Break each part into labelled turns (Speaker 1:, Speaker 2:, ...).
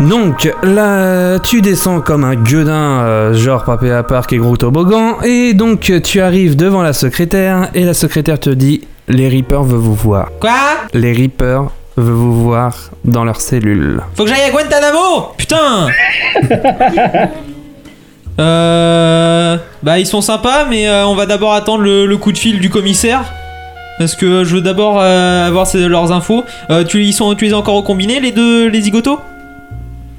Speaker 1: Donc là, tu descends comme un gueudin, euh, genre Papéa Park et gros toboggan, et donc tu arrives devant la secrétaire, et la secrétaire te dit Les Reapers veulent vous voir.
Speaker 2: Quoi
Speaker 1: Les Reapers veulent vous voir dans leur cellule.
Speaker 2: Faut que j'aille à Guantanamo Putain Euh. Bah, ils sont sympas, mais euh, on va d'abord attendre le, le coup de fil du commissaire. Parce que je veux d'abord euh, avoir ces- leurs infos. Euh, tu, ils sont, tu les as encore au combiné, les deux, les zigotos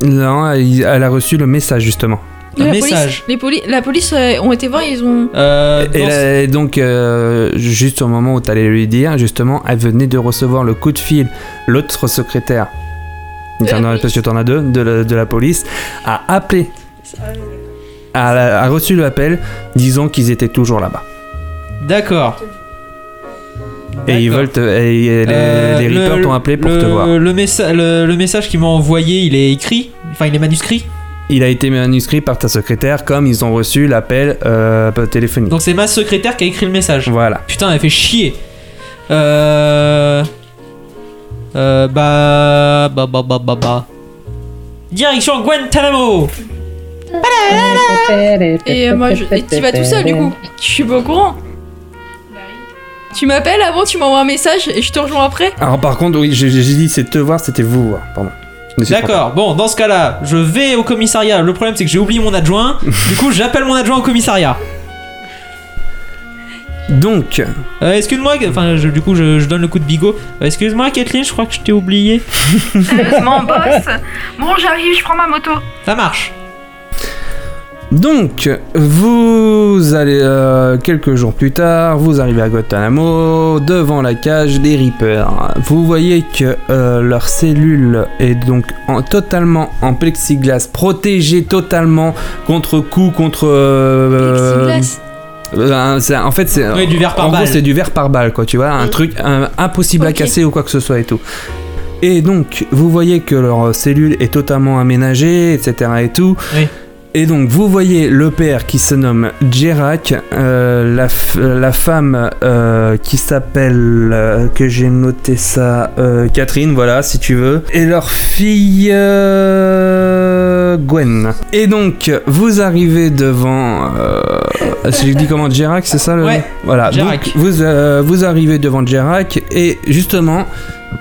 Speaker 1: Non, elle elle a reçu le message justement.
Speaker 2: Un
Speaker 3: La
Speaker 2: message.
Speaker 3: Police, les poli- la police euh, ont été voir, ils ont.
Speaker 2: Euh,
Speaker 1: et,
Speaker 2: non,
Speaker 1: là, et donc, euh, juste au moment où tu allais lui dire, justement, elle venait de recevoir le coup de fil, l'autre secrétaire,
Speaker 3: la
Speaker 1: Enfin, non,
Speaker 3: police.
Speaker 1: parce que t'en as deux, de, la- de la police, a appelé, a, a reçu l'appel, disant qu'ils étaient toujours là-bas.
Speaker 2: D'accord.
Speaker 1: Et ils
Speaker 2: D'accord.
Speaker 1: veulent te- et- et les,
Speaker 2: Euh,
Speaker 1: les
Speaker 2: le-
Speaker 1: Reapers t'ont appelé pour
Speaker 2: le-
Speaker 1: te voir.
Speaker 2: Le, messa- le, le message qu'ils m'ont envoyé, il est écrit. Enfin, il est manuscrit.
Speaker 1: Il a été manuscrit par ta secrétaire, comme ils ont reçu l'appel euh, téléphonique.
Speaker 2: Donc, c'est ma secrétaire qui a écrit le message.
Speaker 1: Voilà.
Speaker 2: Putain, elle fait chier. Euh... Euh, bah... Bah, bah, bah, bah, bah. Direction Guantanamo
Speaker 3: Et euh, moi, je... et tu vas tout seul du coup. Je suis pas au courant. Tu m'appelles avant, tu m'envoies un message et je te rejoins après.
Speaker 1: Alors par contre, oui, j'ai j'ai dit c'est te voir, c'était vous voir. Pardon. Je me suis
Speaker 2: D'accord, bon, dans ce cas-là, je vais au commissariat. Le problème, c'est que j'ai oublié mon adjoint. du coup, j'appelle mon adjoint au commissariat.
Speaker 1: trompé. Donc,
Speaker 2: Euh, excuse-moi, enfin, je- du coup, je, je donne le coup de bigot. Euh, excuse-moi, Kathleen, je crois que je t'ai oublié.
Speaker 4: Mon boss. Bon, j'arrive, je prends ma moto.
Speaker 2: Ça marche.
Speaker 1: Donc, vous allez euh, quelques jours plus tard, vous arrivez à Guantanamo, devant la cage des Reapers. Vous voyez que euh, leur cellule est donc en- totalement en plexiglas, protégée totalement contre coups, contre. euh,
Speaker 3: Plexiglas.
Speaker 1: euh, un- c'est- en fait, c'est
Speaker 2: Ouais, du verre par
Speaker 1: en gros,
Speaker 2: balle.
Speaker 1: c'est du verre par balle, quoi. Tu vois, un
Speaker 3: Mm.
Speaker 1: truc un- impossible à
Speaker 3: Ok.
Speaker 1: casser ou quoi que ce soit et tout. Et donc, vous voyez que leur cellule est totalement aménagée, etc. et tout.
Speaker 2: Oui.
Speaker 1: Et donc, vous voyez le père qui se nomme Jerak, euh, la, f- la femme euh, qui s'appelle, euh, que j'ai noté ça, euh, Catherine, voilà, si tu veux, et leur fille euh, Gwen. Et donc, vous arrivez devant. Euh, j'ai dit comment Jerak, c'est ça le.
Speaker 2: Ouais.
Speaker 1: Voilà,
Speaker 2: Jerak.
Speaker 1: Ah, donc vous, euh, vous arrivez devant Jerak et justement,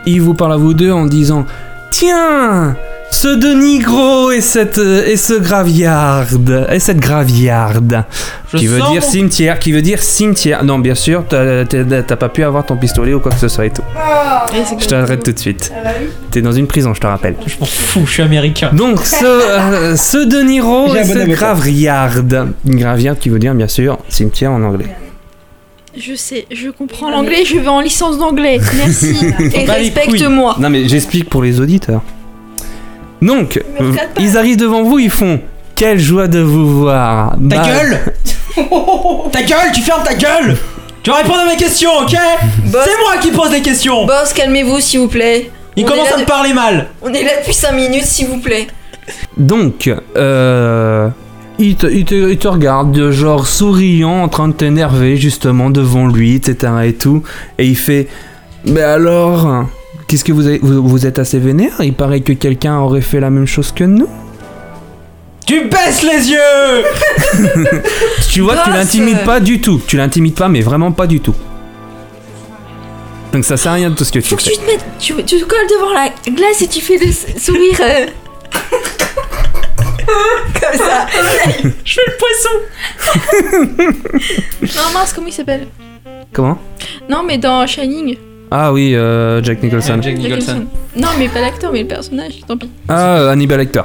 Speaker 1: il vous parle à vous deux en disant Tiens Ce Denigro et, cette, euh, et ce graviarde, et cette graviarde,
Speaker 2: Je
Speaker 1: qui veut
Speaker 2: sors
Speaker 1: dire
Speaker 2: mon-
Speaker 1: cimetière, qui veut dire cimetière. Non, bien sûr, t'as t'as- t'as pas pu avoir ton pistolet ou quoi que ce soit et tout.
Speaker 3: Et c'est
Speaker 1: Je t'arrête tout de suite. T'es dans une prison, je te rappelle.
Speaker 2: Je m'en fous, je suis américain.
Speaker 1: Donc, ce, euh, ce De Niro
Speaker 5: J'ai
Speaker 1: et
Speaker 5: un
Speaker 1: ce
Speaker 5: bonhomme au
Speaker 1: Graviarde. Une Graviarde qui veut dire, bien sûr, cimetière en anglais.
Speaker 3: Je sais, je comprends l'anglais, je vais en licence d'anglais. Merci. et
Speaker 2: bat les
Speaker 3: respecte-moi.
Speaker 1: Non, mais j'explique pour les auditeurs. Donc,
Speaker 3: Me traite pas.
Speaker 1: ils arrivent devant vous, ils font Quelle joie de vous voir
Speaker 2: Ta
Speaker 1: Bah,
Speaker 2: gueule Ta gueule, tu fermes ta gueule Tu vas répondre à mes questions, ok
Speaker 3: Boss.
Speaker 2: C'est moi qui pose des questions
Speaker 3: Boss, calmez-vous s'il vous plaît.
Speaker 2: Il
Speaker 3: On est
Speaker 2: commence
Speaker 3: là
Speaker 2: à me
Speaker 3: de-
Speaker 2: parler mal
Speaker 3: On est là depuis 5 minutes s'il vous plaît.
Speaker 1: Donc, euh, il, te, il te- il te regarde, genre souriant, en train de t'énerver, justement, devant lui, etc. et tout. Et il fait Mais alors Qu'est-ce que vous, avez- vous, vous êtes assez vénère Il paraît que quelqu'un aurait fait la même chose que nous.
Speaker 2: Tu baisses les yeux
Speaker 1: Tu vois, tu
Speaker 3: Boss
Speaker 1: l'intimides pas du tout. Tu l'intimides pas, mais vraiment pas du tout. Donc ça sert à rien de tout ce que tu
Speaker 3: Faut que
Speaker 1: fais.
Speaker 3: tu te mettes, tu, tu te colles devant la glace et tu fais des s- sourires. euh. Comme ça.
Speaker 2: Je fais le poisson
Speaker 3: Non mince, comment il s'appelle
Speaker 1: Comment
Speaker 3: Non mais dans Shining.
Speaker 1: Ah oui, euh, Jack Nicholson.
Speaker 2: Jack Nicholson.
Speaker 3: Non mais pas l'acteur mais le personnage, tant pis.
Speaker 1: Ah, euh, Hannibal Lecter.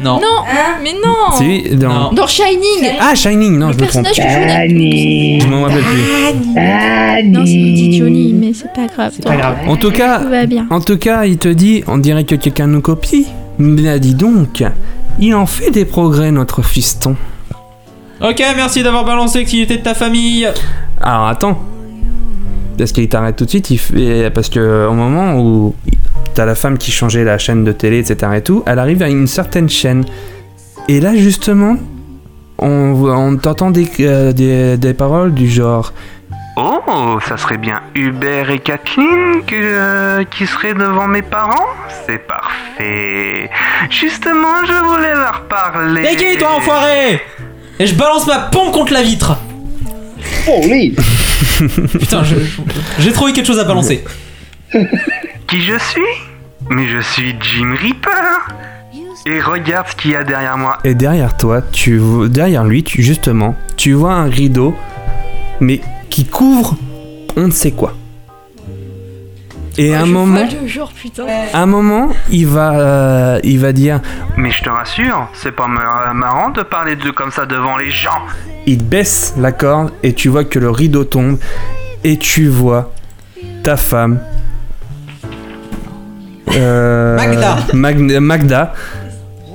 Speaker 2: Non.
Speaker 3: Non, mais non
Speaker 1: C'est lui dans...
Speaker 2: Non.
Speaker 3: Dans Shining
Speaker 1: Ah, Shining, non,
Speaker 3: Le
Speaker 1: je me trompe.
Speaker 3: personnage que je
Speaker 5: Annie.
Speaker 1: Je m'en rappelle plus.
Speaker 3: Non, c'est dit Johnny, mais c'est pas grave. C'est
Speaker 2: pas grave.
Speaker 1: En tout cas,
Speaker 3: Tout va bien.
Speaker 1: en tout cas, il te dit, on dirait que quelqu'un nous copie. Mais dis donc, il en fait des progrès, notre fiston.
Speaker 2: Ok, merci d'avoir balancé qu'il était de ta famille.
Speaker 1: Alors attends, parce qu'il t'arrête tout de suite, il fait- parce que euh, au moment où t'as la femme qui changeait la chaîne de télé, etc. et tout, elle arrive à une certaine chaîne. Et là justement, on, on t'entend des, euh, des, des paroles du genre Oh, ça serait bien Hubert et Kathleen que, euh, qui seraient devant mes parents C'est parfait. Justement, je voulais leur parler.
Speaker 2: T'es qui, toi, enfoiré Et je balance ma pompe contre la vitre
Speaker 6: Oh, oui
Speaker 2: Putain, je- je- j'ai trouvé quelque chose à balancer.
Speaker 1: Qui je suis Mais je suis Jim Reaper. Et regarde ce qu'il y a derrière moi.
Speaker 7: Et derrière toi, tu vo- derrière lui, tu, justement, tu vois un rideau, mais qui couvre on ne sait quoi. Et à un
Speaker 5: Je vois
Speaker 7: moment,
Speaker 5: le genre, putain.
Speaker 7: à un moment, il va, euh, il va dire,
Speaker 1: Mais je te rassure, c'est pas mar- marrant de parler de comme ça devant les gens.
Speaker 7: il baisse la corde et tu vois que le rideau tombe et tu vois ta femme. euh,
Speaker 2: Magda.
Speaker 7: Mag- Magda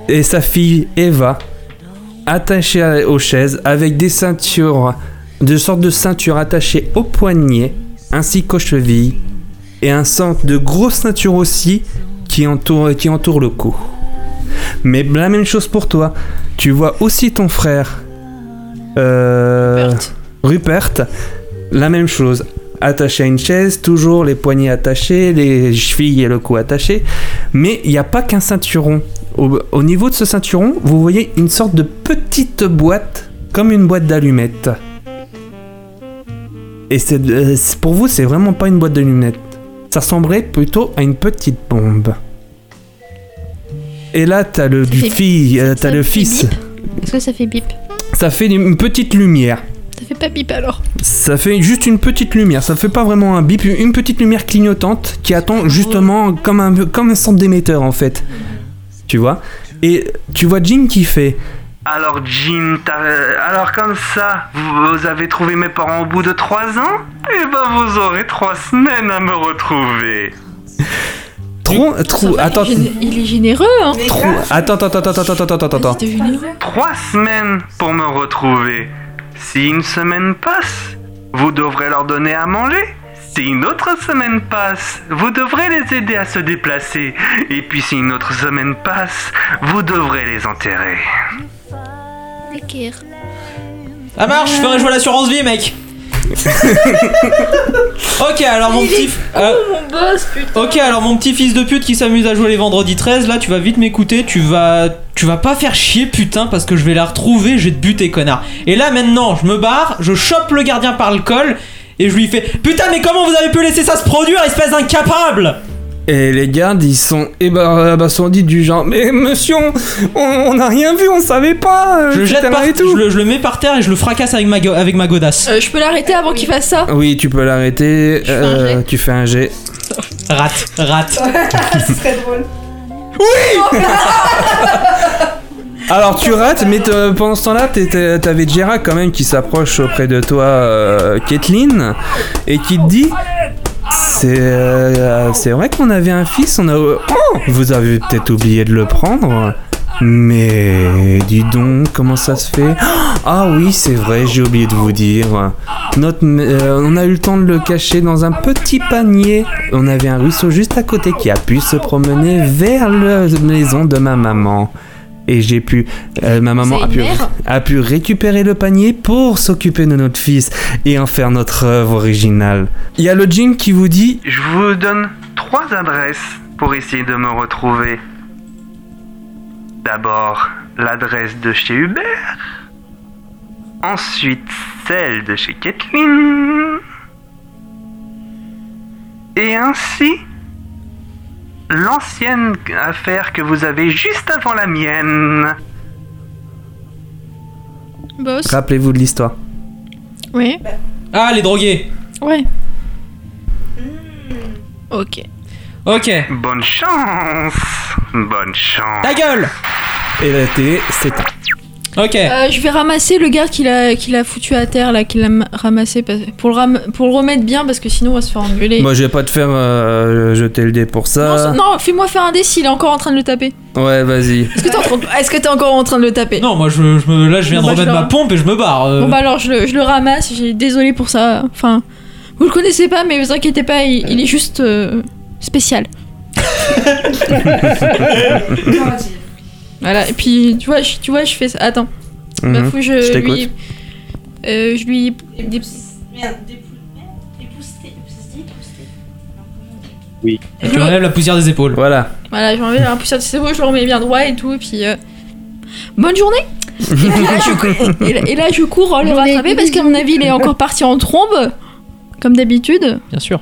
Speaker 7: et sa fille Eva attachées à- aux chaises avec des ceintures, de sortes de ceintures attachées aux poignets ainsi qu'aux chevilles et un centre de grosses ceintures aussi qui entoure, qui entoure le cou. Mais la même chose pour toi, tu vois aussi ton frère euh, Rupert, la même chose, attaché à une chaise, toujours les poignets attachés, les chevilles et le cou attachés. Mais il n'y a pas qu'un ceinturon. Au, au niveau de ce ceinturon, vous voyez une sorte de petite boîte, comme une boîte d'allumettes. Et c'est, euh, c'est- pour vous, c'est vraiment pas une boîte d'allumettes. Ça ressemblerait plutôt à une petite bombe. Et là, t'as le, du
Speaker 3: fait-
Speaker 7: fille, euh,
Speaker 3: ça
Speaker 7: t'as le
Speaker 3: fait
Speaker 7: fils.
Speaker 3: bip Est-ce que ça fait bip
Speaker 7: Ça fait une petite lumière.
Speaker 3: Ça fait pas bip alors
Speaker 7: Ça fait juste une petite lumière, ça fait pas vraiment un bip, une petite lumière clignotante qui attend justement comme un, comme un centre d'émetteur en fait. Tu vois Et tu vois Jim qui fait
Speaker 1: Alors Jim, t'as- euh, alors comme ça, vous, vous avez trouvé mes parents au bout de trois ans Eh ben vous aurez trois semaines à me retrouver.
Speaker 7: Trop, trop,
Speaker 5: Ça va,
Speaker 7: attends,
Speaker 5: il est gén- Il est généreux, hein.
Speaker 7: trop, attends, attends, attends, attends, attends, attends, attends, attends.
Speaker 5: C'était généreux.
Speaker 1: Trois semaines pour me retrouver. Si une semaine passe, vous devrez leur donner à manger. Si une autre semaine passe, vous devrez les aider à se déplacer. Et puis si une autre semaine passe, vous devrez les enterrer.
Speaker 3: Ok.
Speaker 2: Ça marche, je ferai jouer l'assurance vie, mec. ok, alors mon petit. euh,
Speaker 5: Mon boss, putain.
Speaker 2: ok, alors mon petit fils de pute qui s'amuse à jouer les vendredis 13, là tu vas vite m'écouter, tu vas. Tu vas pas faire chier, putain, parce que je vais la retrouver, je vais te buter, connard. Et là maintenant, je me barre, je chope le gardien par le col. Et je lui fais Putain, mais comment vous avez pu laisser ça se produire, espèce d'incapable
Speaker 7: Et les gardes ils sont ébar- abasourdis du genre Mais monsieur, on- on n'a rien vu, on savait pas euh,
Speaker 2: Je le jette
Speaker 7: etc.
Speaker 2: par
Speaker 7: et tout.
Speaker 2: je le, je le mets par terre et je le fracasse avec ma, go- avec ma godasse.
Speaker 5: Euh, je peux l'arrêter avant qu'il fasse ça
Speaker 7: Oui, tu peux l'arrêter,
Speaker 5: fais un
Speaker 7: euh,
Speaker 5: jet.
Speaker 7: tu fais un jet.
Speaker 2: Rate, rate.
Speaker 8: Ce serait drôle.
Speaker 7: Alors tu rates, mais te- pendant ce temps-là, t'es- t'es- t'avais Jera quand même qui s'approche auprès de toi, euh, Kathleen, et qui te dit C'est euh, c'est vrai qu'on avait un fils, on a. Oh Vous avez peut-être oublié de le prendre mais dis donc, comment ça se fait Ah oui, c'est vrai, j'ai oublié de vous dire. Notre, euh, on a eu le temps de le cacher dans un petit panier. On avait un ruisseau juste à côté qui a pu se promener vers la maison de ma maman et j'ai pu euh, ma maman
Speaker 5: C'est
Speaker 7: a
Speaker 5: une
Speaker 7: pu,
Speaker 5: mère
Speaker 7: a pu récupérer le panier pour s'occuper de notre fils et en faire notre œuvre originale. Il y a le Jim qui vous dit
Speaker 1: Je vous donne trois adresses pour essayer de me retrouver. D'abord, l'adresse de chez Hubert. Ensuite, celle de chez Kathleen. Et ainsi, l'ancienne affaire que vous avez juste avant la mienne.
Speaker 7: Euh,
Speaker 3: Boss
Speaker 7: rappelez-vous de l'histoire.
Speaker 3: Ouais.
Speaker 2: Ah, les drogués.
Speaker 3: Ouais.
Speaker 5: Hmm.
Speaker 3: Ok.
Speaker 2: Ok.
Speaker 1: Bonne chance Bonne chance
Speaker 2: Ta gueule
Speaker 7: Et la télé s'éteint.
Speaker 2: Ok.
Speaker 5: Euh, je vais ramasser le garde qu'il a, qu'il a foutu à terre, là, qu'il a m- ramassé, parce- pour le, ram- pour le remettre bien, parce que sinon on va se faire engueuler.
Speaker 7: Moi euh, je vais pas te faire euh, jeter le dé pour
Speaker 5: Non,
Speaker 7: ça.
Speaker 5: c'est- non, fais-moi faire un dé s'il est encore en train de le taper.
Speaker 7: Ouais vas-y.
Speaker 5: Est-ce que t'es en train- est-ce que t'es encore en train de le taper
Speaker 2: Non, moi je, je me, là je viens
Speaker 5: Bon,
Speaker 2: de
Speaker 5: bah, je
Speaker 2: remettre
Speaker 5: le-
Speaker 2: ma pompe et je me barre. euh.
Speaker 5: Bon bah alors je le, je le ramasse, j'ai désolé pour ça. Enfin, vous le connaissez pas, mais vous inquiétez pas, il, il est juste euh, spécial. Voilà, et puis tu vois, je, tu vois, je fais ça. Attends, bah,
Speaker 7: Mhm.
Speaker 5: faut que
Speaker 7: Je
Speaker 5: je
Speaker 7: t'écoute.
Speaker 5: lui. euh, je lui.
Speaker 8: Des petits- Merde, des poules.
Speaker 9: Pousseté, ça se dit pousseté.
Speaker 2: Et tu enlèves la poussière des épaules.
Speaker 7: Voilà.
Speaker 3: Voilà, j'ai enlevé la poussière de cerveau, je le remets bien droit et tout, et puis. euh, Bonne journée! Et là, je, cou- et là- et là, je cours euh, le
Speaker 10: Journée.
Speaker 3: rattraper parce qu'à mon avis, il est encore parti en trombe, comme d'habitude.
Speaker 2: Bien sûr.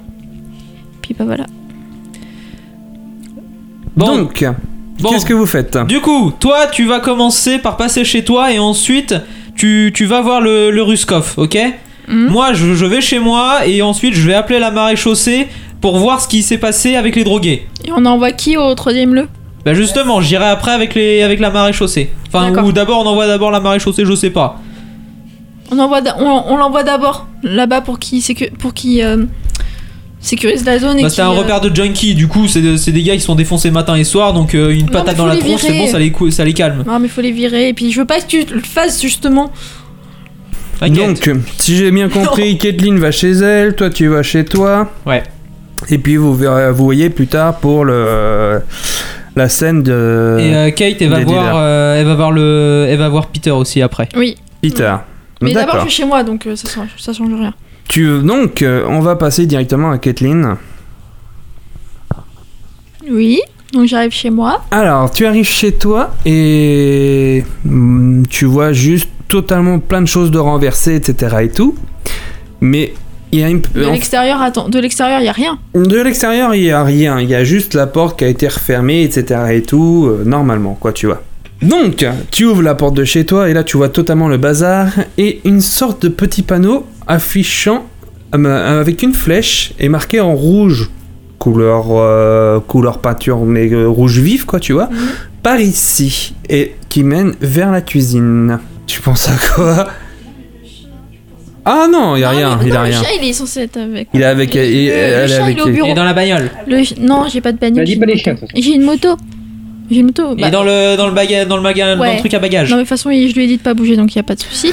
Speaker 3: Puis bah voilà.
Speaker 2: Bon,
Speaker 7: Donc,
Speaker 2: bon.
Speaker 7: qu'est-ce que vous faites
Speaker 2: Du coup, toi, tu vas commencer par passer chez toi et ensuite, tu, tu vas voir le, le Ruskov, ok
Speaker 3: Mhm.
Speaker 2: Moi, je, je vais chez moi et ensuite, je vais appeler la marée chaussée pour voir ce qui s'est passé avec les drogués.
Speaker 3: Et on envoie qui au troisième le?
Speaker 2: Bah justement, j'irai après avec, les, avec la marée chaussée. Enfin,
Speaker 3: D'accord.
Speaker 2: ou d'abord, on envoie d'abord la marée chaussée, je sais pas.
Speaker 3: On envoie, d'a- on, on l'envoie d'abord là-bas pour qu'il sécu- pour qu'il, euh, sécurise la zone et
Speaker 2: Bah, c'est
Speaker 3: qu'il,
Speaker 2: un
Speaker 3: euh,
Speaker 2: repère de junkie, du coup, c'est, c'est des gars qui sont défoncés matin et soir, donc euh, une
Speaker 3: Non, mais
Speaker 2: patate
Speaker 3: faut
Speaker 2: dans la
Speaker 3: les
Speaker 2: tronche, c'est
Speaker 3: virer.
Speaker 2: bon, ça les, cou- ça les calme.
Speaker 3: Non mais faut les virer et puis je veux pas que tu le fasses justement.
Speaker 2: T'inquiète.
Speaker 7: Donc, si j'ai bien compris, Kathleen va chez elle, toi tu vas chez toi.
Speaker 2: Ouais.
Speaker 7: Et puis vous verrez- vous voyez plus tard pour le la scène de
Speaker 2: Et euh, Kate, elle va,
Speaker 7: des
Speaker 2: voir,
Speaker 7: dealers.
Speaker 2: euh, elle, va voir le, elle va voir Peter aussi après.
Speaker 3: Oui.
Speaker 7: Peter.
Speaker 3: Mais d'abord je
Speaker 7: D'accord.
Speaker 3: suis chez moi donc euh, ça, change, ça change rien.
Speaker 7: Tu donc euh, on va passer directement à Kathleen.
Speaker 3: Oui. Donc j'arrive chez moi.
Speaker 7: Alors, tu arrives chez toi et mm, tu vois juste totalement plein de choses de renversées, etc. et tout. Mais il y a une
Speaker 2: Euh,
Speaker 3: De
Speaker 7: en
Speaker 3: l'extérieur attends, de l'extérieur y a rien.
Speaker 7: De l'extérieur, il n'y a rien. Il y a juste la porte qui a été refermée, etc. et tout, euh, normalement, quoi, tu vois. Donc, tu ouvres la porte de chez toi et là, tu vois totalement le bazar et une sorte de petit panneau affichant euh, avec une flèche et marqué en rouge, couleur, euh, couleur peinture, mais euh, rouge vif, quoi, tu vois,
Speaker 3: Mhm.
Speaker 7: par ici et qui mène vers la cuisine. Tu penses à quoi Ah non, il n'y a
Speaker 3: Ah,
Speaker 7: rien,
Speaker 3: mais
Speaker 7: il a
Speaker 3: non,
Speaker 7: rien.
Speaker 3: Le chien il est censé être avec.
Speaker 7: Il est avec.
Speaker 3: Le-
Speaker 7: il-
Speaker 3: le
Speaker 7: elle est
Speaker 3: chien,
Speaker 7: avec-
Speaker 3: il est au bureau.
Speaker 2: Et dans la bagnole.
Speaker 3: Le ch- non j'ai pas de
Speaker 11: Bah,
Speaker 3: bagnole.
Speaker 11: dis
Speaker 3: j'ai
Speaker 11: pas
Speaker 3: une
Speaker 11: les
Speaker 3: moto.
Speaker 11: chiens, de toute façon.
Speaker 3: J'ai une moto. J'ai une moto. Bah,
Speaker 2: Et dans le dans le baga- dans le maga- dans
Speaker 3: Ouais.
Speaker 2: le truc à bagages.
Speaker 3: Non, mais de toute façon, il- je lui ai dit de pas bouger, donc il n'y a pas de souci.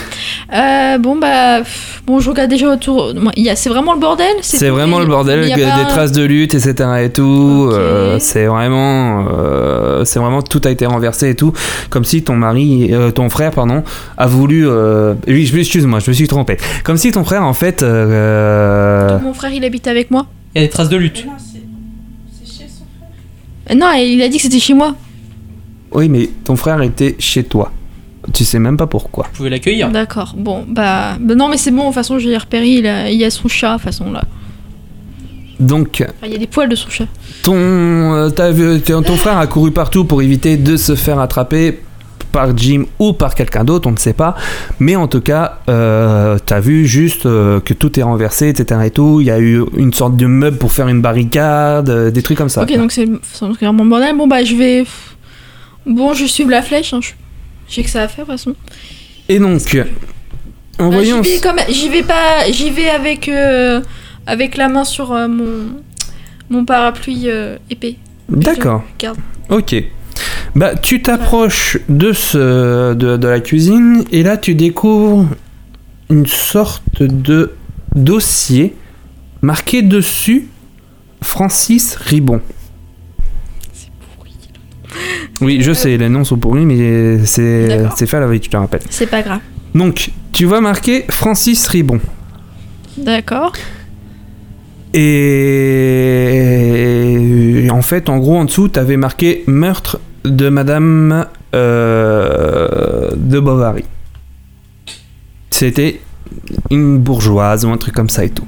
Speaker 3: Euh, bon, bah. pff, Bon, je regarde déjà autour. Moi, il y a- C'est vraiment le bordel
Speaker 7: C'est
Speaker 3: tout
Speaker 7: vraiment
Speaker 3: Il-
Speaker 7: le bordel,
Speaker 3: il y a
Speaker 7: il y a
Speaker 3: pas
Speaker 7: des
Speaker 3: un-
Speaker 7: traces de lutte, etc. et tout.
Speaker 3: Ok.
Speaker 7: euh, c'est vraiment, euh, c'est vraiment tout a été renversé et tout, comme si ton mari, euh, ton frère, pardon, a voulu. euh, Oui, je- excuse-moi, je me suis trompé. Comme si ton frère, en fait, euh,
Speaker 3: Mon frère, il habite avec moi.
Speaker 2: Il y a des traces de lutte.
Speaker 9: Non, c'est. C'est chez son frère.
Speaker 3: Euh, Non, il a dit que c'était chez moi.
Speaker 7: oui, mais ton frère était chez toi. Tu sais même pas pourquoi.
Speaker 2: Vous pouvez l'accueillir.
Speaker 3: D'accord, bon, bah. bah non, mais c'est bon, de toute façon, je l'ai repéré. Il a, il a son chat, de toute façon, là.
Speaker 7: Donc,
Speaker 3: Enfin, il y a des poils de son chat.
Speaker 7: ton, euh, t'as vu- ton ton frère a couru partout pour éviter de se faire attraper par Jim ou par quelqu'un d'autre, on ne sait pas. Mais en tout cas, euh, t'as vu juste euh, que tout est renversé, etc. Et tout. Il y a eu une sorte de meuble pour faire une barricade, euh, des trucs comme ça.
Speaker 3: ok, donc c'est c'est vraiment le bordel. Bon, bah, je vais. pff, Bon, je vais suivre la flèche. hein, je- J'ai que ça à faire, de toute façon.
Speaker 7: Et donc, en
Speaker 3: Bah,
Speaker 7: voyant,
Speaker 3: j'y vais comme- j'y vais pas, j'y vais avec euh, avec la main sur euh, mon mon parapluie euh, épais.
Speaker 7: d'accord,
Speaker 3: Garde.
Speaker 7: ok. Bah, tu t'approches de ce, de, de la cuisine et là, tu découvres une sorte de dossier marqué dessus Francis Ribon. Oui, je sais, les noms sont pourris, mais c'est
Speaker 3: D'accord.
Speaker 7: c'est fait à la veille, je te rappelle.
Speaker 3: C'est pas grave.
Speaker 7: Donc, tu vois marquer Francis Ribon.
Speaker 3: D'accord.
Speaker 7: Et en fait, en gros, en dessous, t'avais marqué meurtre de Madame euh, de Bovary. C'était une bourgeoise ou un truc comme ça et tout.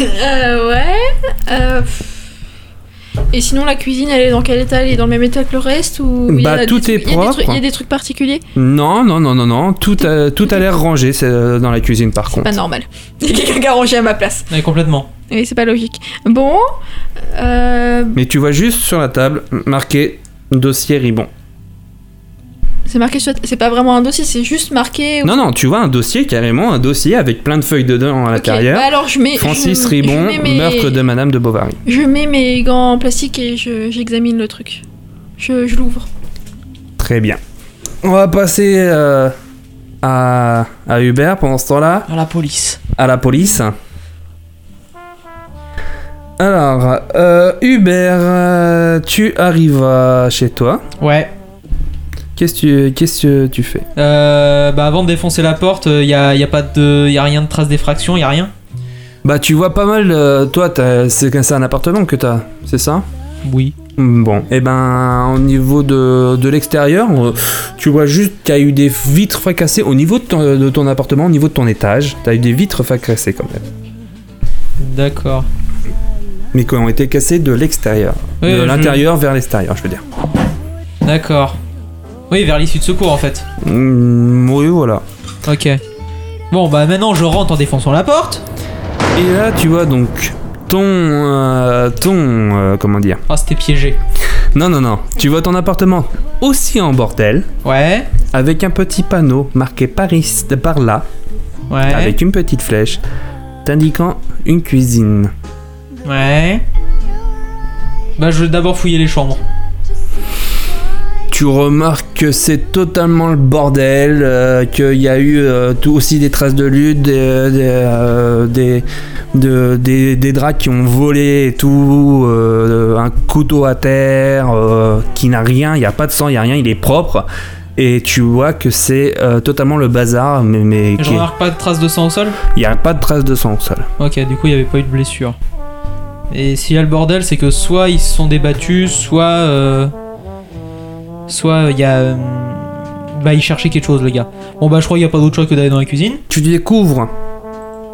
Speaker 3: Euh, ouais. Euh, pff. et sinon la cuisine, elle est dans quel état Elle est dans le même état que le reste ou il y
Speaker 7: Bah,
Speaker 3: a des
Speaker 7: tout
Speaker 3: trucs- il
Speaker 7: est
Speaker 3: y a des
Speaker 7: propre.
Speaker 3: trucs- Il y a des trucs particuliers.
Speaker 7: Non, non, non, non, non. Tout a, tout a l'air rangé c'est, euh, dans la cuisine, par
Speaker 3: Pas
Speaker 7: contre.
Speaker 3: normal. Il y a quelqu'un qui a rangé à ma place.
Speaker 2: Ouais, complètement.
Speaker 3: Et c'est pas logique. Bon. euh,
Speaker 7: Mais tu vois juste sur la table marqué dossier Ribon.
Speaker 3: c'est marqué sur. C'est pas vraiment un dossier, c'est juste marqué.
Speaker 7: Non, non, tu vois un dossier carrément, un dossier avec plein de feuilles dedans
Speaker 3: Ok,
Speaker 7: à l'intérieur.
Speaker 3: bah alors je mets. je-
Speaker 7: Francis
Speaker 3: je
Speaker 7: Ribon,
Speaker 3: mets mes-
Speaker 7: meurtre de Madame de Bovary.
Speaker 3: Je mets mes gants en plastique et je- j'examine le truc. Je, je l'ouvre.
Speaker 7: Très bien. On va passer euh, à, à Hubert pendant ce temps-là,
Speaker 2: À la police.
Speaker 7: à la police. Alors, euh, Hubert, euh, tu arrives à chez euh, toi.
Speaker 2: Ouais.
Speaker 7: Qu'est-ce que tu- qu'est-ce que tu fais
Speaker 2: Euh, bah avant de défoncer la porte, euh, il y a, y a pas de, y a rien de trace d'effraction, y a rien.
Speaker 7: Bah tu vois pas mal, euh, toi, t'as- c'est c'est un appartement que t'as, c'est ça
Speaker 2: Oui.
Speaker 7: Mm, Bon, et ben au niveau de, de l'extérieur, euh, tu vois juste qu'il y a eu des vitres fracassées au niveau de ton, de ton appartement, au niveau de ton étage. T'as eu des vitres fracassées quand même,
Speaker 2: D'accord.
Speaker 7: mais qui ont été cassées de l'extérieur,
Speaker 2: Oui,
Speaker 7: de
Speaker 2: je-
Speaker 7: l'intérieur vers l'extérieur, je veux dire.
Speaker 2: D'accord. Oui, vers l'issue de secours en fait.
Speaker 7: Mm, oui, voilà.
Speaker 2: Ok. Bon, bah maintenant je rentre en défonçant la porte.
Speaker 7: Et là, tu vois donc ton euh, ton euh, comment dire
Speaker 2: Ah, c'était piégé.
Speaker 7: Non, non, non. Tu vois ton appartement aussi en bordel.
Speaker 2: Ouais,
Speaker 7: avec un petit panneau marqué Paris de par là,
Speaker 2: ouais,
Speaker 7: avec une petite flèche, t'indiquant une cuisine.
Speaker 2: ouais. Bah je vais d'abord fouiller les chambres.
Speaker 7: Tu remarques que c'est totalement le bordel, euh, qu'il y a eu euh, tout aussi des traces de lutte, des, des, euh, des, de- des- des draps qui ont volé et tout, euh, un couteau à terre, euh, qui n'a rien, il n'y a pas de sang, il n'y a rien, il est propre. Et tu vois que c'est euh, totalement le bazar, mais, mais
Speaker 2: Je
Speaker 7: qui-
Speaker 2: remarque pas de traces de sang au sol.
Speaker 7: il n'y a pas de traces de sang au sol.
Speaker 2: Ok, du coup il y avait pas eu de blessure. Et s'il y a le bordel, c'est que soit ils se sont débattus, soit euh, soit il y a euh, bah ils cherchaient quelque chose les gars. Bon bah je crois qu'il y a pas d'autre choix que d'aller dans la cuisine.
Speaker 7: tu découvres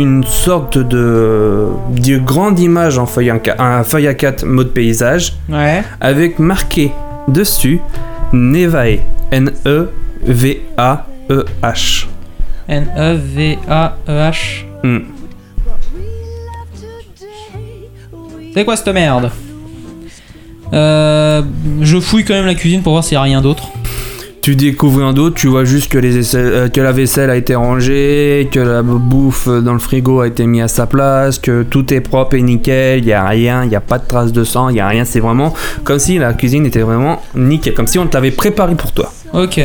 Speaker 7: une sorte de, de grande image en feuille, en ca- un feuille A4 mode paysage
Speaker 2: Ouais.
Speaker 7: avec marqué dessus E Nevae. E N-E-V-A-E-H.
Speaker 2: N E V A E H.
Speaker 7: Hmm.
Speaker 2: C'est quoi cette merde euh, Je fouille quand même la cuisine pour voir s'il y a rien d'autre.
Speaker 7: Tu découvres un d'autre, tu vois juste que, les aisselles- euh, que la vaisselle a été rangée, que la bouffe dans le frigo a été mise à sa place, que tout est propre et nickel, il n'y a rien, il n'y a pas de traces de sang, il n'y a rien, c'est vraiment comme si la cuisine était vraiment nickel, comme si on te l'avait préparée pour toi.
Speaker 2: Ok.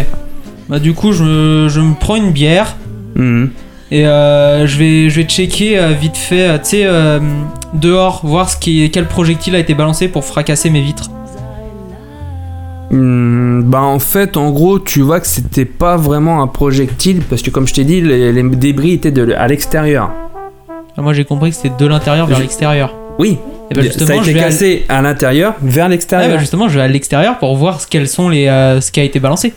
Speaker 2: Bah du coup je, je me prends une bière
Speaker 7: Hmm.
Speaker 2: et euh, je vais je vais checker euh, vite fait, euh, tu sais, euh, dehors, voir ce qui est- quel projectile a été balancé pour fracasser mes vitres.
Speaker 7: Hmm, bah en fait en gros tu vois que c'était pas vraiment un projectile parce que comme je t'ai dit les, les débris étaient de, à l'extérieur.
Speaker 2: Ah, moi j'ai compris que c'était de l'intérieur vers
Speaker 7: Je-
Speaker 2: l'extérieur.
Speaker 7: Oui,
Speaker 2: Et bah
Speaker 7: ça a
Speaker 2: justement je
Speaker 7: été
Speaker 2: vais à...
Speaker 7: cassé à, l'intérieur vers
Speaker 2: Ah,
Speaker 7: l'extérieur.
Speaker 2: bah, justement je vais à l'extérieur pour voir ce quels sont les euh, ce qui a été balancé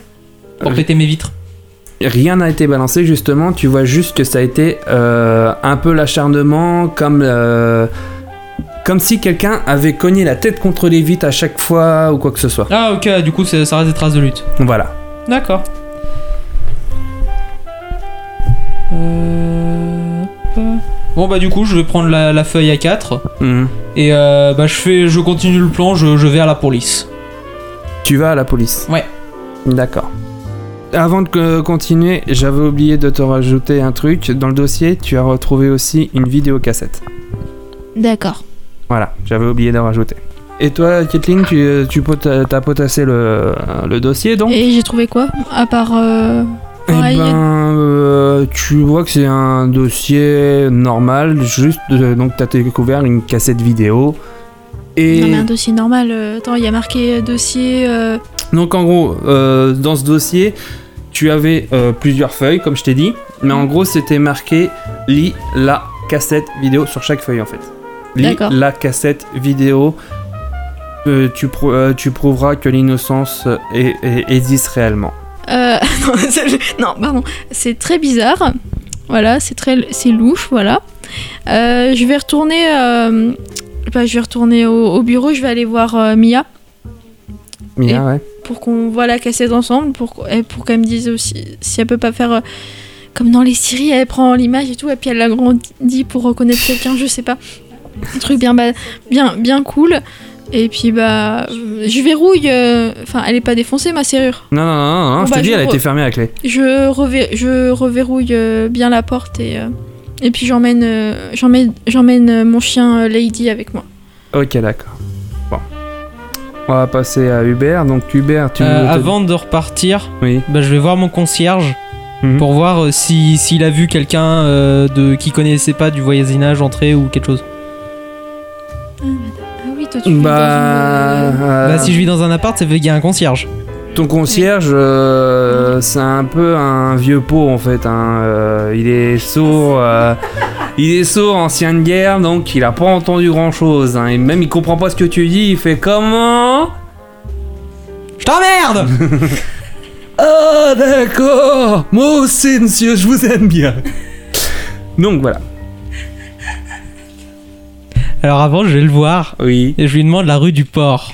Speaker 2: pour
Speaker 7: Euh,
Speaker 2: péter mes vitres.
Speaker 7: Rien n'a été balancé justement, tu vois juste que ça a été euh, un peu l'acharnement comme euh, comme si quelqu'un avait cogné la tête contre les vitres à chaque fois ou quoi que ce soit.
Speaker 2: Ah ok du coup c'est- ça reste des traces de lutte.
Speaker 7: Voilà.
Speaker 2: D'accord. Euh, hop. Bon bah du coup je vais prendre la, la feuille à 4
Speaker 7: Hmm.
Speaker 2: et euh, bah je fais je continue le plan, je, je vais à la police.
Speaker 7: Tu vas à la police
Speaker 2: Ouais.
Speaker 7: D'accord. Avant de euh, continuer, j'avais oublié de te rajouter un truc. Dans le dossier, tu as retrouvé aussi une vidéocassette.
Speaker 3: D'accord.
Speaker 7: Voilà, j'avais oublié de rajouter. Et toi, Kathleen, tu, euh, tu pot- t'as potassé le, euh, le dossier, donc
Speaker 3: Et j'ai trouvé quoi À part. euh,
Speaker 7: Eh
Speaker 3: ouais, il y
Speaker 7: ben,
Speaker 3: a-
Speaker 7: euh, tu vois que c'est un dossier normal, juste, euh, donc t'as découvert une cassette vidéo. Et
Speaker 3: Non, mais un dossier normal. euh, Attends, il y a marqué dossier. euh,
Speaker 7: Donc en gros, euh, dans ce dossier, tu avais euh, plusieurs feuilles, comme je t'ai dit, mais en gros c'était marqué lis la cassette vidéo sur chaque feuille en fait. Lis
Speaker 3: D'accord.
Speaker 7: la cassette vidéo. euh, tu, prou- euh, tu prouveras que l'innocence est- est- existe réellement.
Speaker 3: euh, non, ça, je- non, pardon. C'est très bizarre. Voilà, c'est très, c'est louche, voilà. Euh, je vais retourner, euh, bah, je vais retourner au, au bureau. Je vais aller voir euh, Mia
Speaker 7: Mia, ouais.
Speaker 3: pour qu'on voit la cassette ensemble, pour qu'on- et pour qu'elle me dise aussi si elle peut pas faire euh, comme dans les séries, elle prend l'image et tout, et puis elle l'agrandit pour reconnaître quelqu'un, je sais pas, un truc bien ba- bien bien cool. Et puis bah, euh, je verrouille. euh, Enfin, elle est pas défoncée ma serrure.
Speaker 7: Non, non, non, non, non,
Speaker 3: Bon,
Speaker 7: je
Speaker 3: bah,
Speaker 7: te dis,
Speaker 3: je
Speaker 7: elle a
Speaker 3: re-
Speaker 7: été fermée à clé.
Speaker 3: Je, rever- je reverrouille euh, bien la porte et, euh, et puis j'emmène euh, j'emmène j'emmène euh, mon chien euh, Lady avec moi.
Speaker 7: Ok, d'accord. Bon. On va passer à Hubert. Donc Hubert, tu...
Speaker 2: Euh,
Speaker 7: t'as-
Speaker 2: avant de repartir,
Speaker 7: Oui.
Speaker 2: bah, je vais voir mon concierge
Speaker 7: Mhm.
Speaker 2: pour voir euh, si s'il a vu quelqu'un euh, de qui connaissait pas du voisinage entrer ou quelque chose.
Speaker 3: Ah oui, toi tu
Speaker 7: Bah... euh,
Speaker 2: Bah si je vis dans un appart, c'est qu'il y a un concierge.
Speaker 7: ton concierge, euh, c'est un peu un vieux pot en fait. hein, euh, il est sourd, euh, il est sourd, ancien de guerre, donc il a pas entendu grand chose. et même il comprend pas ce que tu dis. Il fait comment
Speaker 2: Je t'emmerde
Speaker 7: Ah d'accord. Moi aussi, monsieur, je vous aime bien. donc voilà.
Speaker 2: Alors avant, je vais le voir
Speaker 7: Oui.
Speaker 2: et je lui demande la rue du port.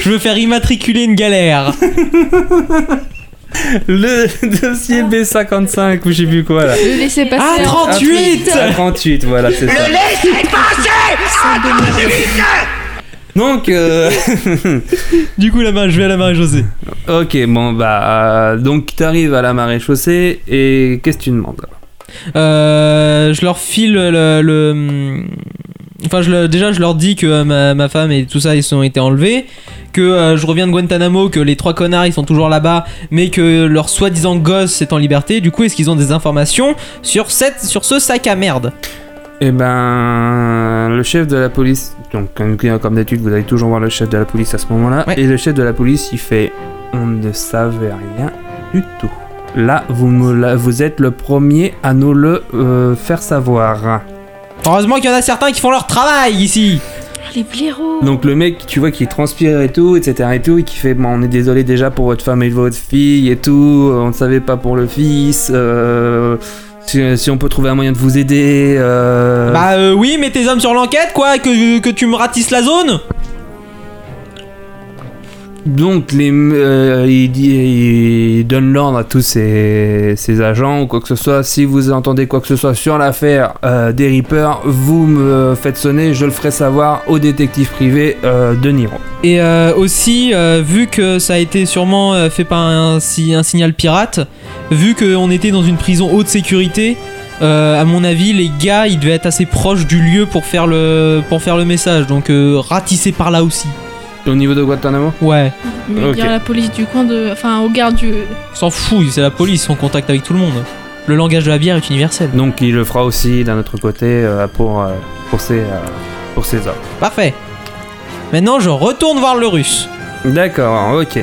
Speaker 2: je veux faire immatriculer une galère.
Speaker 7: Le dossier B55 ou j'ai vu quoi là.
Speaker 3: Le laisser passer.
Speaker 2: Ah, 38
Speaker 7: Ah, 38, voilà, c'est ça. Donc, euh,
Speaker 2: Du coup, la main, je vais à la marée José.
Speaker 7: ok, bon, bah, euh, donc t'arrives à la marée chaussée et qu'est-ce que tu demandes
Speaker 2: Euh, je leur file le. le- Enfin, je le- déjà, je leur dis que euh, ma, ma femme et tout ça, ils ont été enlevés. Que euh, je reviens de Guantanamo, que les trois connards, ils sont toujours là-bas, mais que leur soi-disant gosse est en liberté. Du coup, est-ce qu'ils ont des informations sur, cette, sur ce sac à merde
Speaker 7: Eh ben, le chef de la police, donc comme, comme d'habitude, vous allez toujours voir le chef de la police à ce moment-là,
Speaker 2: Ouais.
Speaker 7: et le chef de la police, il fait On ne savait rien du tout. Là, vous, me la- vous êtes le premier à nous le euh, faire savoir.
Speaker 2: Heureusement qu'il y en a certains qui font leur travail ici
Speaker 3: Les blaireaux.
Speaker 7: Donc le mec, tu vois, qui transpire et tout, etc. et tout, et qui fait, bon, on est désolé déjà pour votre femme et votre fille et tout, euh, on ne savait pas pour le fils, euh, si, si on peut trouver un moyen de vous aider. euh.
Speaker 2: Bah euh, oui, mets tes hommes sur l'enquête, quoi, que, que tu me ratisses la zone
Speaker 7: Donc les, euh, il, dit- il donne l'ordre à tous ses, ses agents ou quoi que ce soit, si vous entendez quoi que ce soit sur l'affaire euh, des Reapers, vous me faites sonner, je le ferai savoir au détective privé euh, de Niro.
Speaker 2: Et euh, aussi, euh, vu que ça a été sûrement euh, fait par un, si- un signal pirate, vu qu'on était dans une prison haute sécurité, euh, à mon avis, les gars, ils devaient être assez proches du lieu pour faire le, pour faire le message. Donc, euh, ratissez par là aussi.
Speaker 7: Au niveau de Guantanamo
Speaker 2: Ouais,
Speaker 3: Mais
Speaker 7: Ok.
Speaker 3: bien la police du coin de. Enfin, au garde du.
Speaker 2: s'en fout, c'est la police, ils sont en contact avec tout le monde. Le langage de la bière est universel.
Speaker 7: Donc il le fera aussi d'un autre côté euh, pour, euh, pour, ses, euh, pour ses ordres.
Speaker 2: Parfait. Maintenant, je retourne voir le russe.
Speaker 7: D'accord, ok.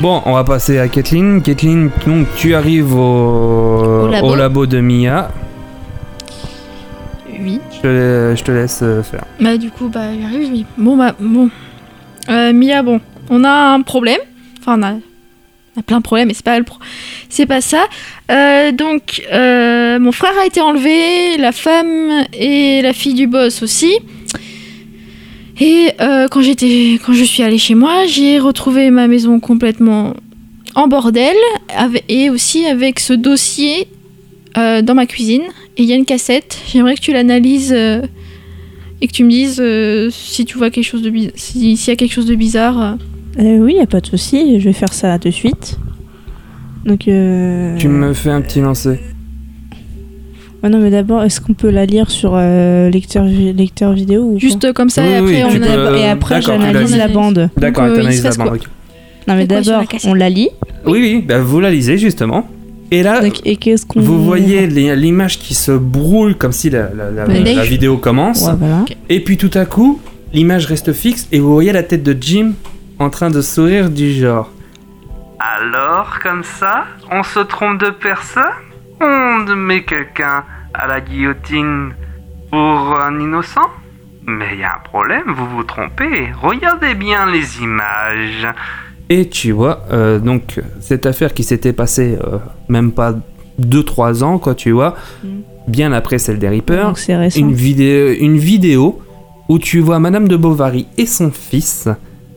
Speaker 7: Bon, on va passer à Kathleen. Kathleen, donc tu arrives au,
Speaker 3: Au labo.
Speaker 7: de Mia.
Speaker 3: Oui.
Speaker 7: Je te, je te laisse euh, faire.
Speaker 3: Bah du coup, bah j'arrive, je me dis, bon bah bon. Euh, Mia, bon, on a un problème. Enfin, on a, on a plein de problèmes, mais c'est pas le pro- c'est pas ça. Euh, donc, euh, mon frère a été enlevé, la femme et la fille du boss aussi. Et euh, quand j'étais, quand je suis allée chez moi, j'ai retrouvé ma maison complètement en bordel, avec- et aussi avec ce dossier euh, dans ma cuisine. Et il y a une cassette. J'aimerais que tu l'analyses. euh, et que tu me dises euh, si tu vois quelque chose de bizarre, s'il y a quelque chose de bizarre. euh.
Speaker 12: Euh, oui, y a pas de souci, je vais faire ça de suite. Donc. Euh...
Speaker 7: Tu me fais un petit lancer.
Speaker 12: Ouais, non, mais d'abord, est-ce qu'on peut la lire sur euh, lecteur, vi- lecteur vidéo ou pas
Speaker 3: Juste euh, comme ça, et
Speaker 7: Oui, oui,
Speaker 3: après on
Speaker 7: tu
Speaker 3: a.
Speaker 7: peux- Euh,
Speaker 12: Et après,
Speaker 7: d'accord, tu
Speaker 12: j'analyse
Speaker 7: l'as
Speaker 12: la
Speaker 3: dit.
Speaker 12: bande.
Speaker 7: D'accord,
Speaker 3: euh, il se
Speaker 7: t'analyses la
Speaker 3: passe
Speaker 7: bande,
Speaker 3: quoi
Speaker 7: ok.
Speaker 12: Non, mais
Speaker 3: C'est quoi sur la
Speaker 12: d'abord,
Speaker 3: cassette
Speaker 12: on la lit.
Speaker 7: Oui, oui, bah, vous la lisez justement. Et là,
Speaker 12: Donc, et qu'est-ce qu'on.
Speaker 7: Euh, vous voyez les- l'image qui se brouille comme si la, la- la-
Speaker 3: Le
Speaker 7: la
Speaker 3: Dave.
Speaker 7: vidéo commence.
Speaker 12: Ouais, voilà.
Speaker 7: Et puis tout à coup, l'image reste fixe et vous voyez la tête de Jim en train de sourire du genre.
Speaker 1: Alors, comme ça, on se trompe de personne On met quelqu'un à la guillotine pour un innocent Mais il y a un problème, vous vous trompez. Regardez bien les images.
Speaker 7: Et tu vois, euh, donc cette affaire qui s'était passée euh, même pas 2-3 ans, quoi, tu vois, bien après celle des Reapers,
Speaker 12: Donc, c'est récent.
Speaker 7: une vidéo, une vidéo où tu vois Madame de Bovary et son fils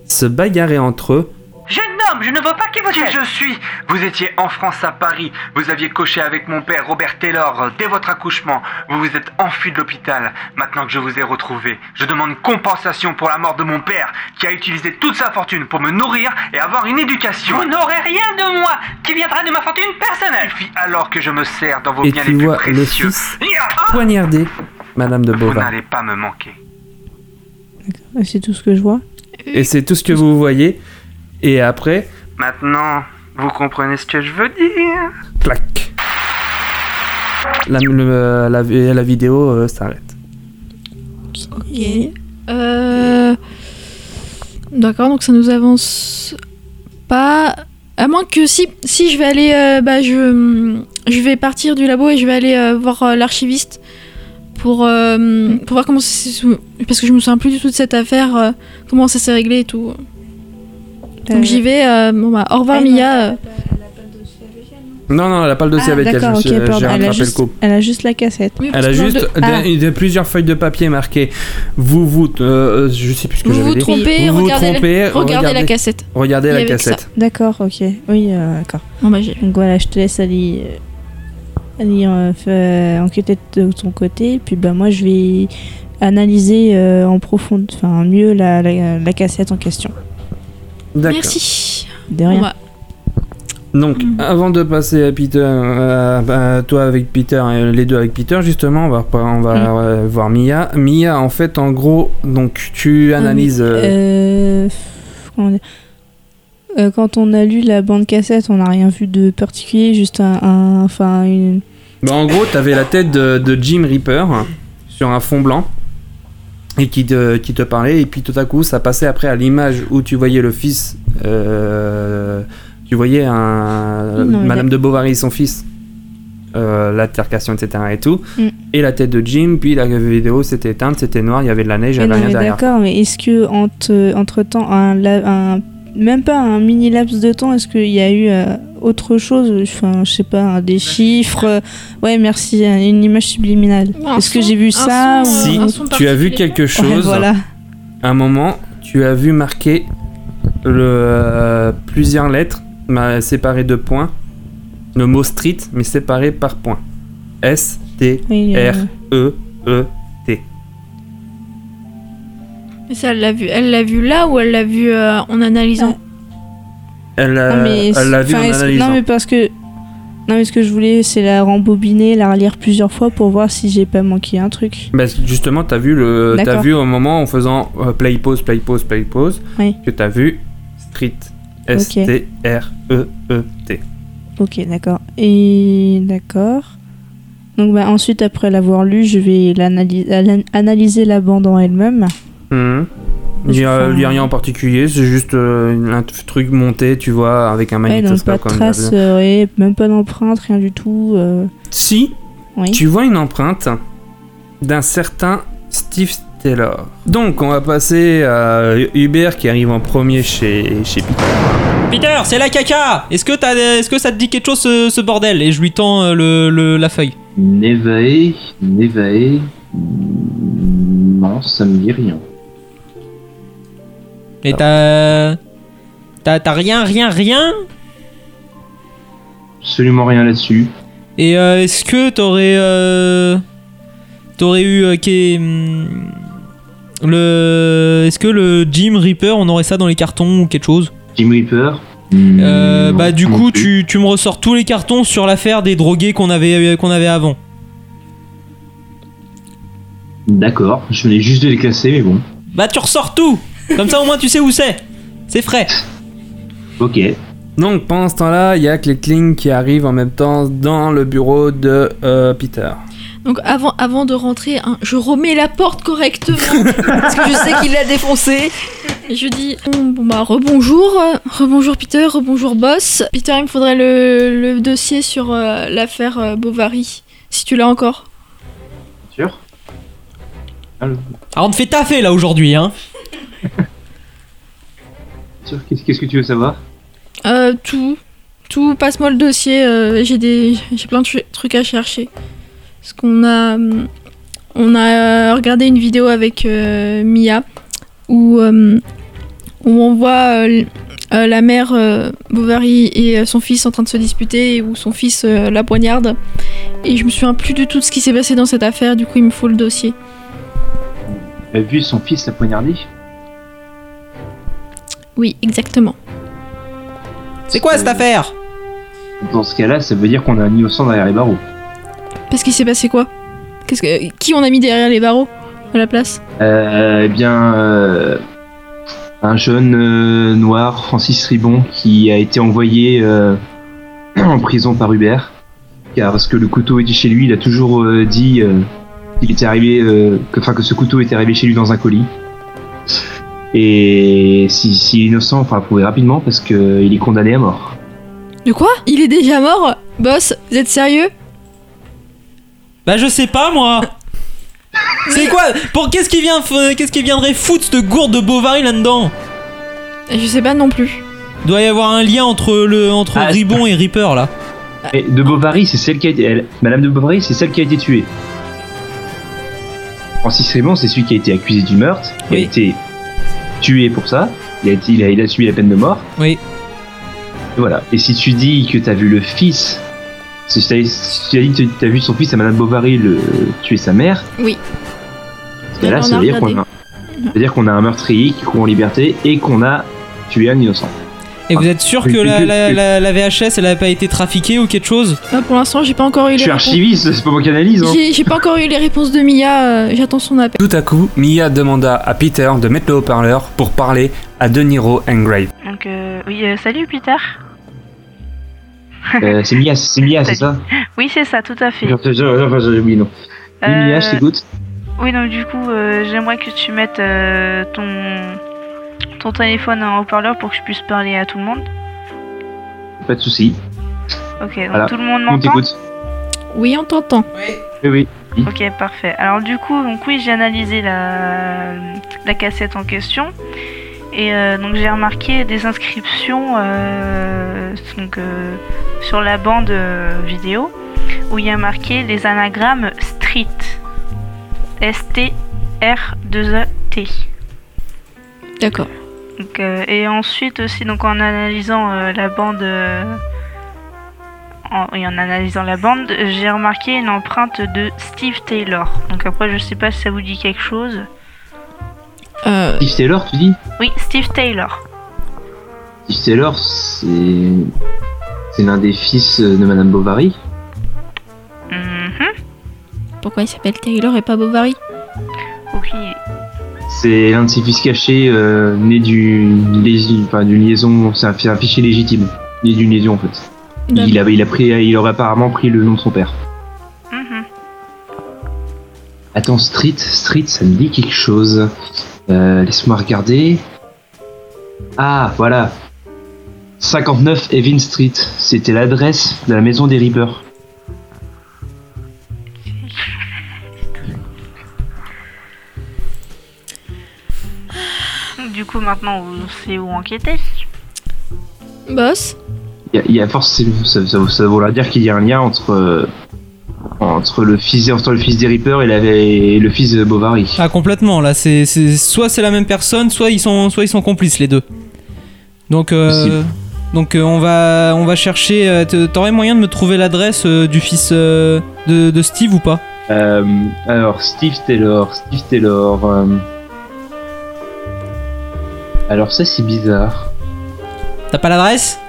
Speaker 7: se bagarrer entre eux.
Speaker 4: Jeune homme, je ne veux pas qu'il vous
Speaker 1: Qui
Speaker 4: tue.
Speaker 1: je suis Vous étiez en France à Paris. Vous aviez coché avec mon père Robert Taylor euh, dès votre accouchement. Vous vous êtes enfui de l'hôpital. Maintenant que je vous ai retrouvé, je demande une compensation pour la mort de mon père qui a utilisé toute sa fortune pour me nourrir et avoir une éducation.
Speaker 4: Vous n'aurez rien de moi qui viendra de ma fortune
Speaker 1: Il
Speaker 4: personnelle.
Speaker 1: suffit alors que je me sers dans vos
Speaker 7: Et
Speaker 1: biens
Speaker 7: tu
Speaker 1: Oh, les plus
Speaker 7: vois le
Speaker 1: précieux.
Speaker 7: fils
Speaker 1: Nya
Speaker 7: poignarder Madame de
Speaker 1: Vous
Speaker 7: Bovary.
Speaker 1: n'allez pas me manquer.
Speaker 12: Ouais, Ah, C'est tout ce que je vois.
Speaker 7: Et c'est tout ce que vous voyez. Et après,
Speaker 1: Maintenant, vous comprenez ce que je veux dire
Speaker 7: clac. La, le- la, la vidéo euh, s'arrête.
Speaker 12: Et
Speaker 3: Euh... D'accord, donc ça nous avance pas. À moins que si, si je vais aller, euh, bah, je, je vais partir du labo et je vais aller euh, voir euh, l'archiviste pour, euh, pour voir comment c'est sou- parce que je me souviens plus du tout de cette affaire, euh, comment ça s'est réglé et tout. Donc j'y vais. euh, bon bah, au revoir Mia. euh.
Speaker 7: Non, non, elle a euh, pas le dossier
Speaker 12: Ah,
Speaker 7: avec elle. je me
Speaker 12: d'accord,
Speaker 7: suis-
Speaker 12: ok,
Speaker 7: J'ai
Speaker 12: pardon. Elle
Speaker 7: rattrapé
Speaker 12: a,
Speaker 7: le
Speaker 12: juste,
Speaker 7: coup.
Speaker 12: elle a juste la cassette.
Speaker 3: Oui, parce
Speaker 7: Elle a
Speaker 3: que dans le
Speaker 7: juste
Speaker 3: deux-
Speaker 7: des-
Speaker 12: Ah.
Speaker 7: des- plusieurs feuilles de papier marquées vous vous euh, euh, je sais plus ce que
Speaker 3: Vous vous
Speaker 7: j'avais dit.
Speaker 3: trompez,
Speaker 7: vous vous
Speaker 3: regardez, la-
Speaker 7: trompez,
Speaker 3: regardez la cassette.
Speaker 7: Euh, regardez
Speaker 3: Il y
Speaker 7: la
Speaker 3: avait que ça.
Speaker 7: cassette.
Speaker 12: D'accord, ok. Oui, euh, d'accord.
Speaker 3: Bon bah j'ai.
Speaker 12: Donc voilà, je te laisse aller, euh, aller euh, fa- enquêter de ton côté. Puis bah, moi, je vais analyser euh, en profonde, enfin mieux la, la, la cassette en question.
Speaker 7: D'accord.
Speaker 3: Merci.
Speaker 12: De
Speaker 3: Bon,
Speaker 12: rien.
Speaker 3: bah,
Speaker 7: Donc, avant de passer à Peter, euh, bah, toi avec Peter, et les deux avec Peter, justement, on va, on va
Speaker 12: Mm.
Speaker 7: euh, voir Mia. Mia, en fait, en gros, donc tu analyses. euh,
Speaker 12: Euh, pff, comment dire Euh, quand on a lu la bande cassette, on n'a rien vu de particulier, juste un, un- enfin une.
Speaker 7: bah, en gros, t'avais la tête de, de Jim Reaper sur un fond blanc et qui te, qui te parlait, et puis tout à coup, ça passait après à l'image où tu voyais le fils. euh, tu voyais un,
Speaker 12: Non, mais
Speaker 7: Madame de Bovary, son fils. euh, l'altercation, etc. et tout.
Speaker 12: Mm.
Speaker 7: Et la tête de Jim, puis la vidéo s'était éteinte, c'était noir, il y avait de la neige, il y avait
Speaker 12: Mais non,
Speaker 7: rien
Speaker 12: mais
Speaker 7: derrière.
Speaker 12: d'accord, mais est-ce que entre, temps, un, la- un- même pas un mini laps de temps, est-ce qu'il y a eu euh, autre chose Enfin, je sais pas, un- des chiffres. euh, ouais, merci, un- une image subliminale.
Speaker 3: Ou un
Speaker 12: est-ce que
Speaker 3: son-
Speaker 12: j'ai vu
Speaker 3: un
Speaker 12: ça
Speaker 3: son,
Speaker 12: ou-
Speaker 3: euh,
Speaker 7: Si
Speaker 3: un son
Speaker 7: tu as vu
Speaker 3: particulier.
Speaker 7: quelque chose,
Speaker 12: Ouais, voilà.
Speaker 7: un moment, tu as vu marquer le, euh, plusieurs lettres ma- séparées de points, le mot street, mais séparé par point. S, T,
Speaker 12: Oui, euh,
Speaker 7: R, E, E.
Speaker 3: Mais ça elle l'a vu. Elle l'a vu là ou elle l'a vu euh, en analysant
Speaker 7: Elle l'a
Speaker 12: non, Ah, mais
Speaker 7: euh, elle l'a vu en
Speaker 12: enfin, est-ce-
Speaker 7: analysant.
Speaker 12: Non, mais parce que. Non, mais ce que je voulais, c'est la rembobiner, la relire plusieurs fois pour voir si j'ai pas manqué un truc.
Speaker 7: Bah, justement, t'as vu, le, t'as
Speaker 12: D'accord.
Speaker 7: vu au moment en faisant euh, play, pause, play, pause, play, pause,
Speaker 12: Oui.
Speaker 7: que t'as vu street. S,
Speaker 12: Ok.
Speaker 7: T, R, E, E, T.
Speaker 12: Ok, d'accord. Et d'accord. Donc bah, ensuite, après l'avoir lu, je vais l'analyse- ala- analyser la bande en elle-même.
Speaker 7: Mhm. Il n'y a,
Speaker 12: Enfin-
Speaker 7: il y a rien en particulier, c'est juste euh, un t- truc monté, tu vois, avec un
Speaker 12: Ouais, donc
Speaker 7: magnétoscope
Speaker 12: pas de
Speaker 7: comme
Speaker 12: traces,
Speaker 7: d'hab.
Speaker 12: euh, ouais, même pas d'empreinte, rien du tout. euh,
Speaker 7: Si
Speaker 12: oui.
Speaker 7: tu vois une empreinte d'un certain Steve Taylor. Donc on va passer à Hubert qui arrive en premier chez, chez Peter.
Speaker 2: Peter, c'est la caca Est-ce que, t'as- est-ce que ça te dit quelque chose ce, ce bordel Et je lui tends euh, le, le- la feuille.
Speaker 13: Nevae, Nevae. mm, Non, ça me dit rien. Ah.
Speaker 2: Et t'as. T'as t'as rien, rien, rien
Speaker 13: Absolument rien là-dessus.
Speaker 2: Et euh, est-ce que t'aurais. euh, t'aurais eu. euh, qu'est- hum, le. Est-ce que le Jim Reaper, on aurait ça dans les cartons ou quelque chose
Speaker 13: Jim Reaper. mm,
Speaker 2: Euh,
Speaker 13: non,
Speaker 2: Bah, du
Speaker 13: non
Speaker 2: coup,
Speaker 13: plus.
Speaker 2: tu, tu me ressors tous les cartons sur l'affaire des drogués qu'on avait, euh, qu'on avait avant.
Speaker 13: D'accord, je venais juste de les casser, mais bon.
Speaker 2: Bah, tu ressors tout Comme ça, au moins, tu sais où c'est C'est frais
Speaker 13: Ok.
Speaker 7: Donc pendant ce temps-là, il y a Clickling qui arrive en même temps dans le bureau de euh, Peter.
Speaker 3: Donc avant, avant de rentrer, hein, je remets la porte correctement.
Speaker 5: Parce que je sais qu'il l'a défoncé.
Speaker 3: Et je dis bon, bon, bah rebonjour, euh, rebonjour Peter, rebonjour boss. Peter, il me faudrait le, le dossier sur euh, l'affaire euh, Bovary, si tu l'as encore.
Speaker 13: Sûr
Speaker 2: Ah, on te fait taffer là aujourd'hui, hein
Speaker 13: Sûr, qu'est-ce qu'est-ce que tu veux savoir
Speaker 3: Euh, tout, tout, passe-moi le dossier. euh, j'ai des, j'ai plein de ch- trucs à chercher. Parce qu'on a, hum, on a euh, regardé une vidéo avec euh, Mia où, euh, où on voit euh, l- euh, la mère euh, Bovary et euh, son fils en train de se disputer et où son fils euh, la poignarde. Et je me souviens plus du tout de ce qui s'est passé dans cette affaire. Du coup, il me faut le dossier.
Speaker 13: Elle a vu son fils la poignarder
Speaker 3: Oui, exactement.
Speaker 2: C'est quoi cette affaire
Speaker 13: Dans ce cas-là, ça veut dire qu'on a un innocent derrière les barreaux.
Speaker 3: Parce qu'il s'est passé quoi Qu'est-ce que, qui on a mis derrière les barreaux à la place
Speaker 13: Euh, eh bien, euh, un jeune euh, noir, Francis Ribon, qui a été envoyé euh, en prison par Hubert, car parce que le couteau était chez lui, il a toujours euh, dit euh, qu'il était arrivé, euh, que, enfin que ce couteau était arrivé chez lui dans un colis. Et s'il si, est innocent, on fera prouver rapidement parce qu'il est condamné à mort.
Speaker 3: De quoi Il est déjà mort Boss, vous êtes sérieux
Speaker 2: Bah je sais pas moi C'est quoi Pour qu'est-ce qui vient f- qu'est-ce qui viendrait foutre cette gourde de Bovary là-dedans
Speaker 3: Je sais pas non plus.
Speaker 2: Doit y avoir un lien entre le entre
Speaker 13: Ah,
Speaker 2: Ribbon et Reaper là.
Speaker 13: Et de Bovary, c'est celle qui a été. elle- Madame de Bovary, c'est celle qui a été tuée. Francis Raymond, c'est celui qui a été accusé du meurtre, qui a été tué pour ça. Il a, été- il a- il a subi la peine de mort.
Speaker 2: Oui.
Speaker 13: Et voilà. Et si tu dis que t'as vu le fils, si t'as si tu as dit que t'as vu son fils à Madame Bovary le, tuer sa mère,
Speaker 3: Oui.
Speaker 13: et là, ça veut dire qu'on a, ça veut dire qu'on a un meurtrier qui court en liberté et qu'on a tué un innocent.
Speaker 2: Et vous êtes sûr que la, la, la- la VHS elle a pas été trafiquée ou quelque chose
Speaker 3: Là, pour l'instant, j'ai pas encore eu
Speaker 13: Je
Speaker 3: les
Speaker 13: suis
Speaker 3: réponses.
Speaker 13: archiviste, c'est pas moi qui analyse. hein.
Speaker 3: J'ai- J'ai pas encore eu les réponses de Mia, euh, j'attends son appel.
Speaker 1: Tout à coup, Mia demanda à Peter de mettre le haut-parleur pour parler à De Niro Engrave.
Speaker 12: Donc, euh, oui, euh, salut Peter.
Speaker 13: Euh, c'est Mia, c'est Mia, c'est ça
Speaker 12: Oui, c'est ça, tout à fait.
Speaker 13: J'ai j'ai oublié, non. Oui, Mia, je
Speaker 12: Euh,
Speaker 13: t'écoute.
Speaker 12: Oui, donc du coup, euh, j'aimerais que tu mettes euh, ton ton téléphone en haut-parleur pour que je puisse parler à tout le monde.
Speaker 13: Pas de soucis.
Speaker 12: Ok, donc
Speaker 13: Voilà.
Speaker 12: tout le monde
Speaker 13: On
Speaker 12: m'entend.
Speaker 13: t'écoute.
Speaker 3: Oui, on t'entend.
Speaker 13: Oui, oui.
Speaker 12: Ok, parfait. Alors du coup, donc oui, j'ai analysé la, la cassette en question. Et euh, donc j'ai remarqué des inscriptions euh, donc, euh, sur la bande euh, vidéo où il y a marqué les anagrammes street. S-T-R-2-E-T.
Speaker 3: D'accord.
Speaker 12: Donc, euh, et ensuite aussi, donc en analysant euh, la bande, euh, en, et en analysant la bande, j'ai remarqué une empreinte de Steve Taylor. Donc après, je sais pas si ça vous dit quelque chose.
Speaker 3: Euh,
Speaker 13: Steve Taylor, tu dis
Speaker 12: Oui, Steve Taylor.
Speaker 13: Steve Taylor, c'est. C'est l'un des fils de Madame Bovary.
Speaker 12: Mhm.
Speaker 3: pourquoi il s'appelle Taylor et pas Bovary
Speaker 12: Ok.
Speaker 13: C'est l'un de ses fils cachés, euh, né d'une lés- enfin, d'une liaison. C'est un, fi- un fichier légitime. Né d'une liaison, en fait.
Speaker 3: Bah,
Speaker 13: Il, avait, il, a pris, il aurait apparemment pris le nom de son père.
Speaker 12: Mhm.
Speaker 13: Attends, Street, Street, ça me dit quelque chose. Euh, Laisse-moi regarder. Ah, voilà. 59 Evin Street, c'était l'adresse de la maison des Reapers.
Speaker 12: Donc, du coup, maintenant, on sait où enquêter.
Speaker 3: Boss
Speaker 13: Il y a- il y a forcément, ça, ça, ça voudra dire qu'il y a un lien entre euh, entre le fils entre le fils des Reapers et, la- et le fils de Bovary.
Speaker 2: Ah complètement là, c'est c'est- soit c'est la même personne, soit ils sont soit ils sont complices les deux. Donc euh,
Speaker 13: Possible.
Speaker 2: donc euh, on va on va chercher. euh, t- T'aurais moyen de me trouver l'adresse euh, du fils euh, de, de Steve ou pas
Speaker 13: Euh, alors Steve Taylor, Steve Taylor. euh, Alors ça c'est bizarre.
Speaker 2: T'as pas l'adresse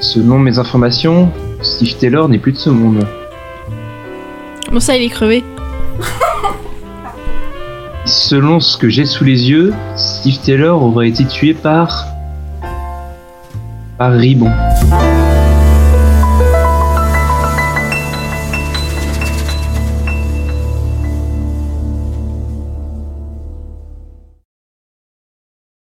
Speaker 13: Selon mes informations, Steve Taylor n'est plus de ce monde.
Speaker 3: Bon, ça, il est crevé.
Speaker 13: Selon ce que j'ai sous les yeux, Steve Taylor aurait été tué par. par Ribbon.